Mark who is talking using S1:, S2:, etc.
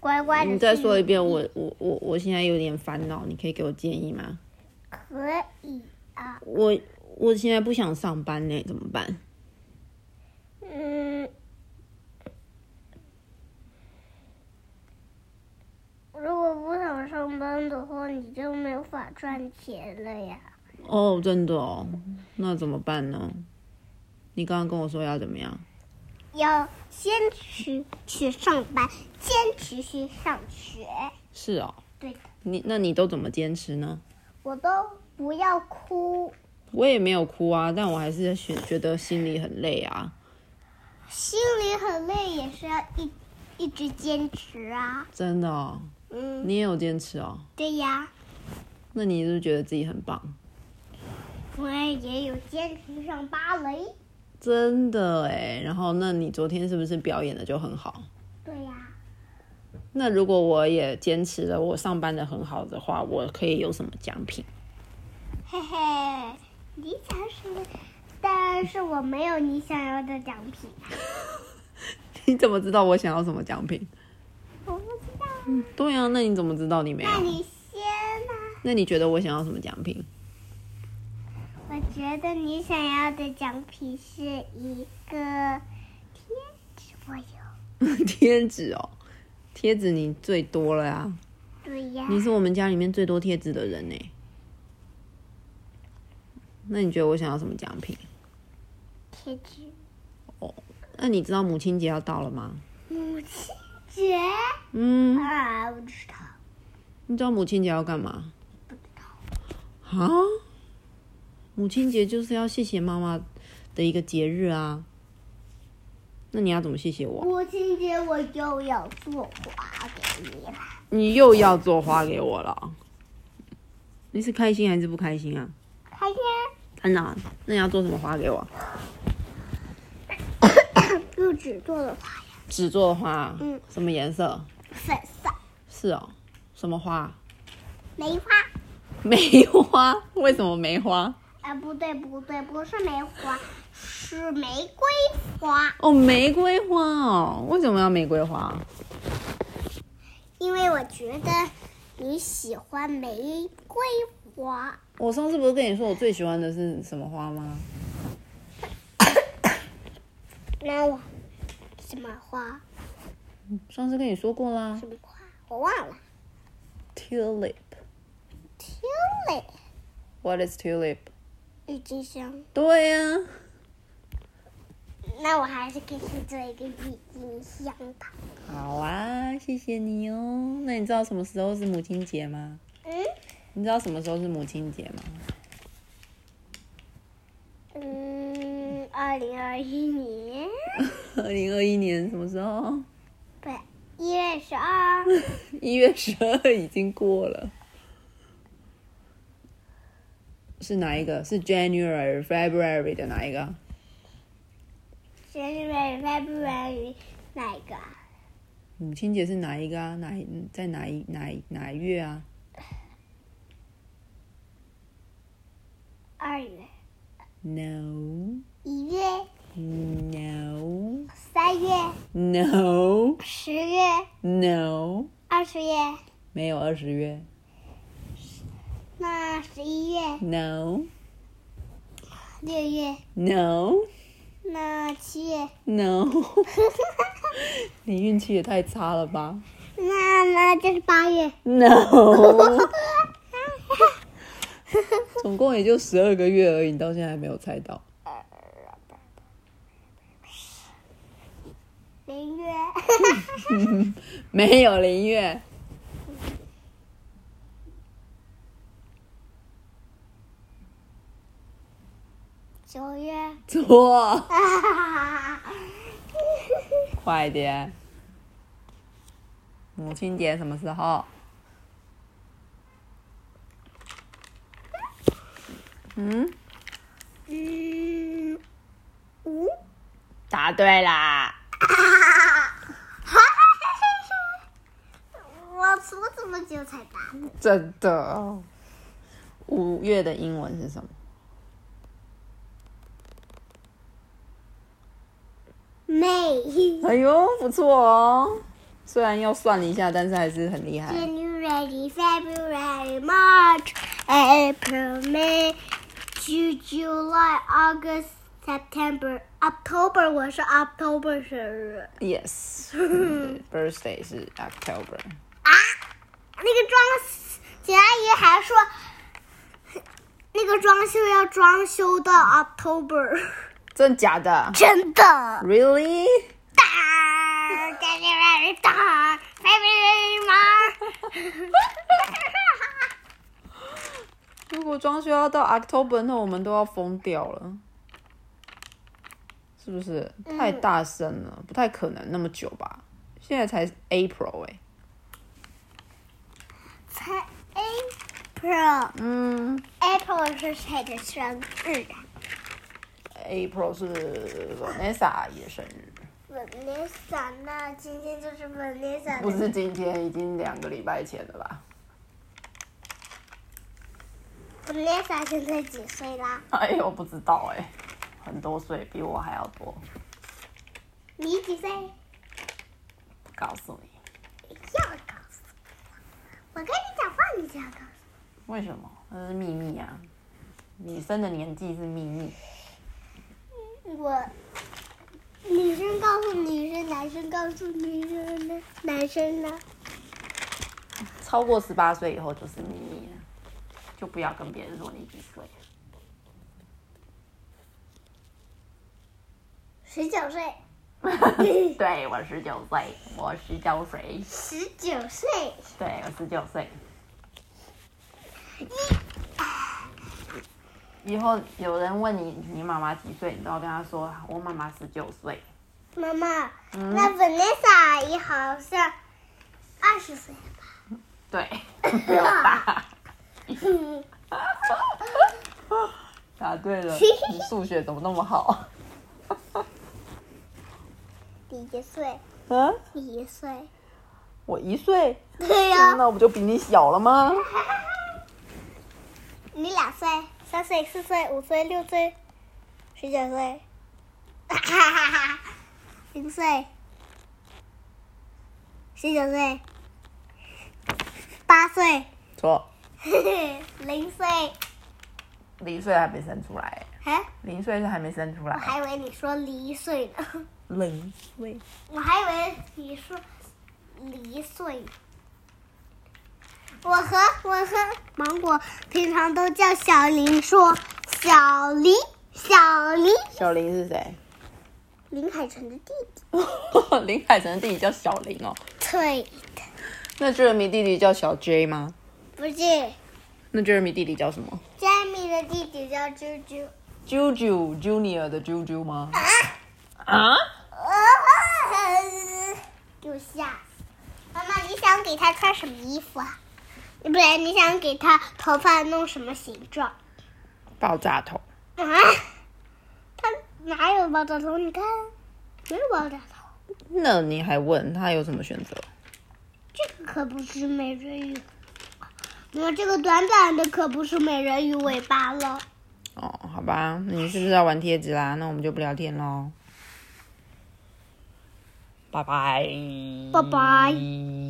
S1: 乖乖的。
S2: 你再说一遍，我我我我现在有点烦恼，你可以给我建议吗？
S1: 可以啊，
S2: 我我现在不想上班呢，怎么办？
S1: 嗯，如果不想上班的话，你就没有法赚钱了呀。
S2: 哦，真的哦，那怎么办呢？你刚刚跟我说要怎么样？
S1: 要坚持去上班，坚持去上学。
S2: 是哦，
S1: 对的，
S2: 你那你都怎么坚持呢？
S1: 我都不要哭，
S2: 我也没有哭啊，但我还是觉觉得心里很累啊。
S1: 心里很累，也是要一一直坚持啊。
S2: 真的哦，
S1: 嗯，
S2: 你也有坚持哦，
S1: 对呀，
S2: 那你是不是觉得自己很棒？
S1: 我也有坚持上芭蕾。
S2: 真的哎，然后那你昨天是不是表演的就很好？
S1: 对呀，
S2: 那如果我也坚持了，我上班的很好的话，我可以有什么奖品？
S1: 嘿嘿，你想什么？但是我没有你想要的奖品啊，
S2: 你怎么知道我想要什么奖品？
S1: 我不知道。
S2: 对啊，那你怎么知道你没有
S1: 那？你先呢、
S2: 那你觉得我想要什么奖品？
S1: 我觉得你想要的奖品是一个贴纸，我有。
S2: 贴纸哦，贴纸你最多了啊！
S1: 对呀，
S2: 你是我们家里面最多贴纸的人呢。那你觉得我想要什么奖品？哦
S1: 贴纸。
S2: 那你知道母亲节要到了吗？
S1: 母亲节
S2: 嗯，
S1: 啊，不知道，
S2: 你知道母亲节要干嘛？
S1: 不知道。
S2: 啊？母亲节就是要谢谢妈妈的一个节日啊。那你要怎么谢谢我？
S1: 母亲节我又要做花给你了，
S2: 你又要做花给我了？你是开心还是不开心啊？
S1: 开心
S2: 安娜，那你要做什么花给我？
S1: 啊！又只做了花，
S2: 纸做的花，
S1: 嗯，
S2: 什么颜色？
S1: 粉色
S2: 是哦，什么花？
S1: 梅花。
S2: 梅花？ 为什么梅花？
S1: 啊，不对不对，不是梅花，是玫瑰花。
S2: 哦，玫瑰花哦，为什么要玫瑰花？
S1: 因为我觉得你喜欢玫瑰花，
S2: 我上次不是跟你说我最喜欢的是什么花吗？
S1: 那我什么花？
S2: 上次跟你说过啦
S1: 什么花？我忘了。
S2: ，tulip。
S1: Tulip，
S2: What is tulip？
S1: 郁金香。
S2: 对呀、
S1: 那我还是给你做一个郁金香吧。
S2: 好啊，谢谢你哦。那你知道什么时候是母亲节吗？
S1: 嗯
S2: 你知道什么时候是母亲节吗？
S1: 嗯，二零二一年
S2: 二零二一年什么时候？
S1: 不一月十二，
S2: 一月十二已经过了，是哪一个？是 January、February 的哪一个？
S1: January February 哪一个啊？
S2: 母亲节是哪一个啊？哪一在哪一哪一哪一月啊？
S1: 二月、
S2: No,
S1: 一月、
S2: no,
S1: 三月、
S2: no,
S1: 十月、
S2: no，
S1: 二十月，
S2: 没有二十月
S1: 那十一月、
S2: ，no,
S1: 六月，
S2: no,
S1: 那七月，
S2: no，你运气也太差了吧
S1: 那那就是八月。
S2: ？No，总共也就十二个月而已，你到现在还没有猜到。
S1: 零月，
S2: 没有林月，
S1: 九月，
S2: 错，
S1: 啊，
S2: 快点！母亲节什么时候？嗯，
S1: 嗯，五，
S2: 答对啦！
S1: 我我怎么就才答的？
S2: 真的。五月的英文是什么？
S1: 妹，
S2: 哎呦，不错哦。虽然要算一下，但是还是很厉害。
S1: January, February, March, April, May, June, July, August, September, October，我是 October 生日。
S2: Yes，嗯 birthday 是 October。
S1: 啊，那个装简阿姨还说，那个装修要装修到 October，
S2: 真假的
S1: 真的。
S2: ？Really？
S1: 当，January 当，February 吗？
S2: 如果装修要到 October，那我们都要疯掉了，是不是？太大声了，不太可能那么久吧？现在才 April 哎、
S1: 才 April，April
S2: 嗯
S1: 是谁的生日啊
S2: ，April 是 Vanessa 阿姨的生日，
S1: ？Vanessa，那今天就是 Vanessa
S2: 不
S1: 的。
S2: 是今天，已经两个礼拜前了吧？
S1: Vanessa 现在几岁啦？
S2: 哎呦，不知道哎、很多岁，比我还要多，
S1: 你几岁？
S2: 不告诉你
S1: 要告诉我，我跟你讲话，你就要告诉我。
S2: 为什么，那是秘密啊。女生的年纪是秘密，
S1: 我女生告诉女生，男生告诉女生呢？男生呢？
S2: 超过十八岁以后就是秘密了，就不要跟别人说你几 岁。
S1: 十九岁，
S2: 对我十九岁，我是叫谁？
S1: 十九岁，
S2: 对我十九岁。以后有人问你你妈妈几岁，你都要跟他说我妈妈十九岁。
S1: 妈妈，
S2: 嗯
S1: 那 Vanessa 阿姨好像二十岁。
S2: 对， 没有吧？
S1: 嗯，
S2: 答对 了，你数学怎么那么好？
S1: 你一岁，
S2: 嗯，
S1: 你一岁。
S2: 我一岁，
S1: 对呀、
S2: 那我不就比你小了吗？
S1: 你两岁、三岁、四岁、五岁、六岁、十九岁， 哈哈哈！零岁、十九岁、八岁、
S2: 错，
S1: 零岁，
S2: 零岁还没生出来，
S1: 哎，
S2: 零岁是还没生出
S1: 我
S2: 来，
S1: 还以为你说零岁呢，
S2: 零岁
S1: 我还以为你说零岁呢。我和我和芒果平常都叫小林说小林小林
S2: 小林是谁？
S1: 林海晨的弟弟。
S2: 林海晨的弟弟叫小林哦，
S1: 对，
S2: 那 Jeremy 弟弟叫小 J 吗？
S1: 不是
S2: 那 Jeremy 弟弟叫什么
S1: Jamie 的弟弟叫啾啾。
S2: ？Juju Junior 的 Juju 吗？
S1: 啊！
S2: 啊？
S1: 给我吓死！妈妈，你想给他穿什么衣服啊？不然你想给他头发弄什么形状？
S2: 爆炸头，
S1: 啊！他哪有爆炸头？你看，没有爆炸头。
S2: 那你还问他有什么选择？
S1: 这个可不是美人鱼，我这个短短的可不是美人鱼尾巴了。
S2: 哦，好吧，那你是不是要玩贴纸啦？那我们就不聊天喽，拜拜，
S1: 拜拜
S2: 拜。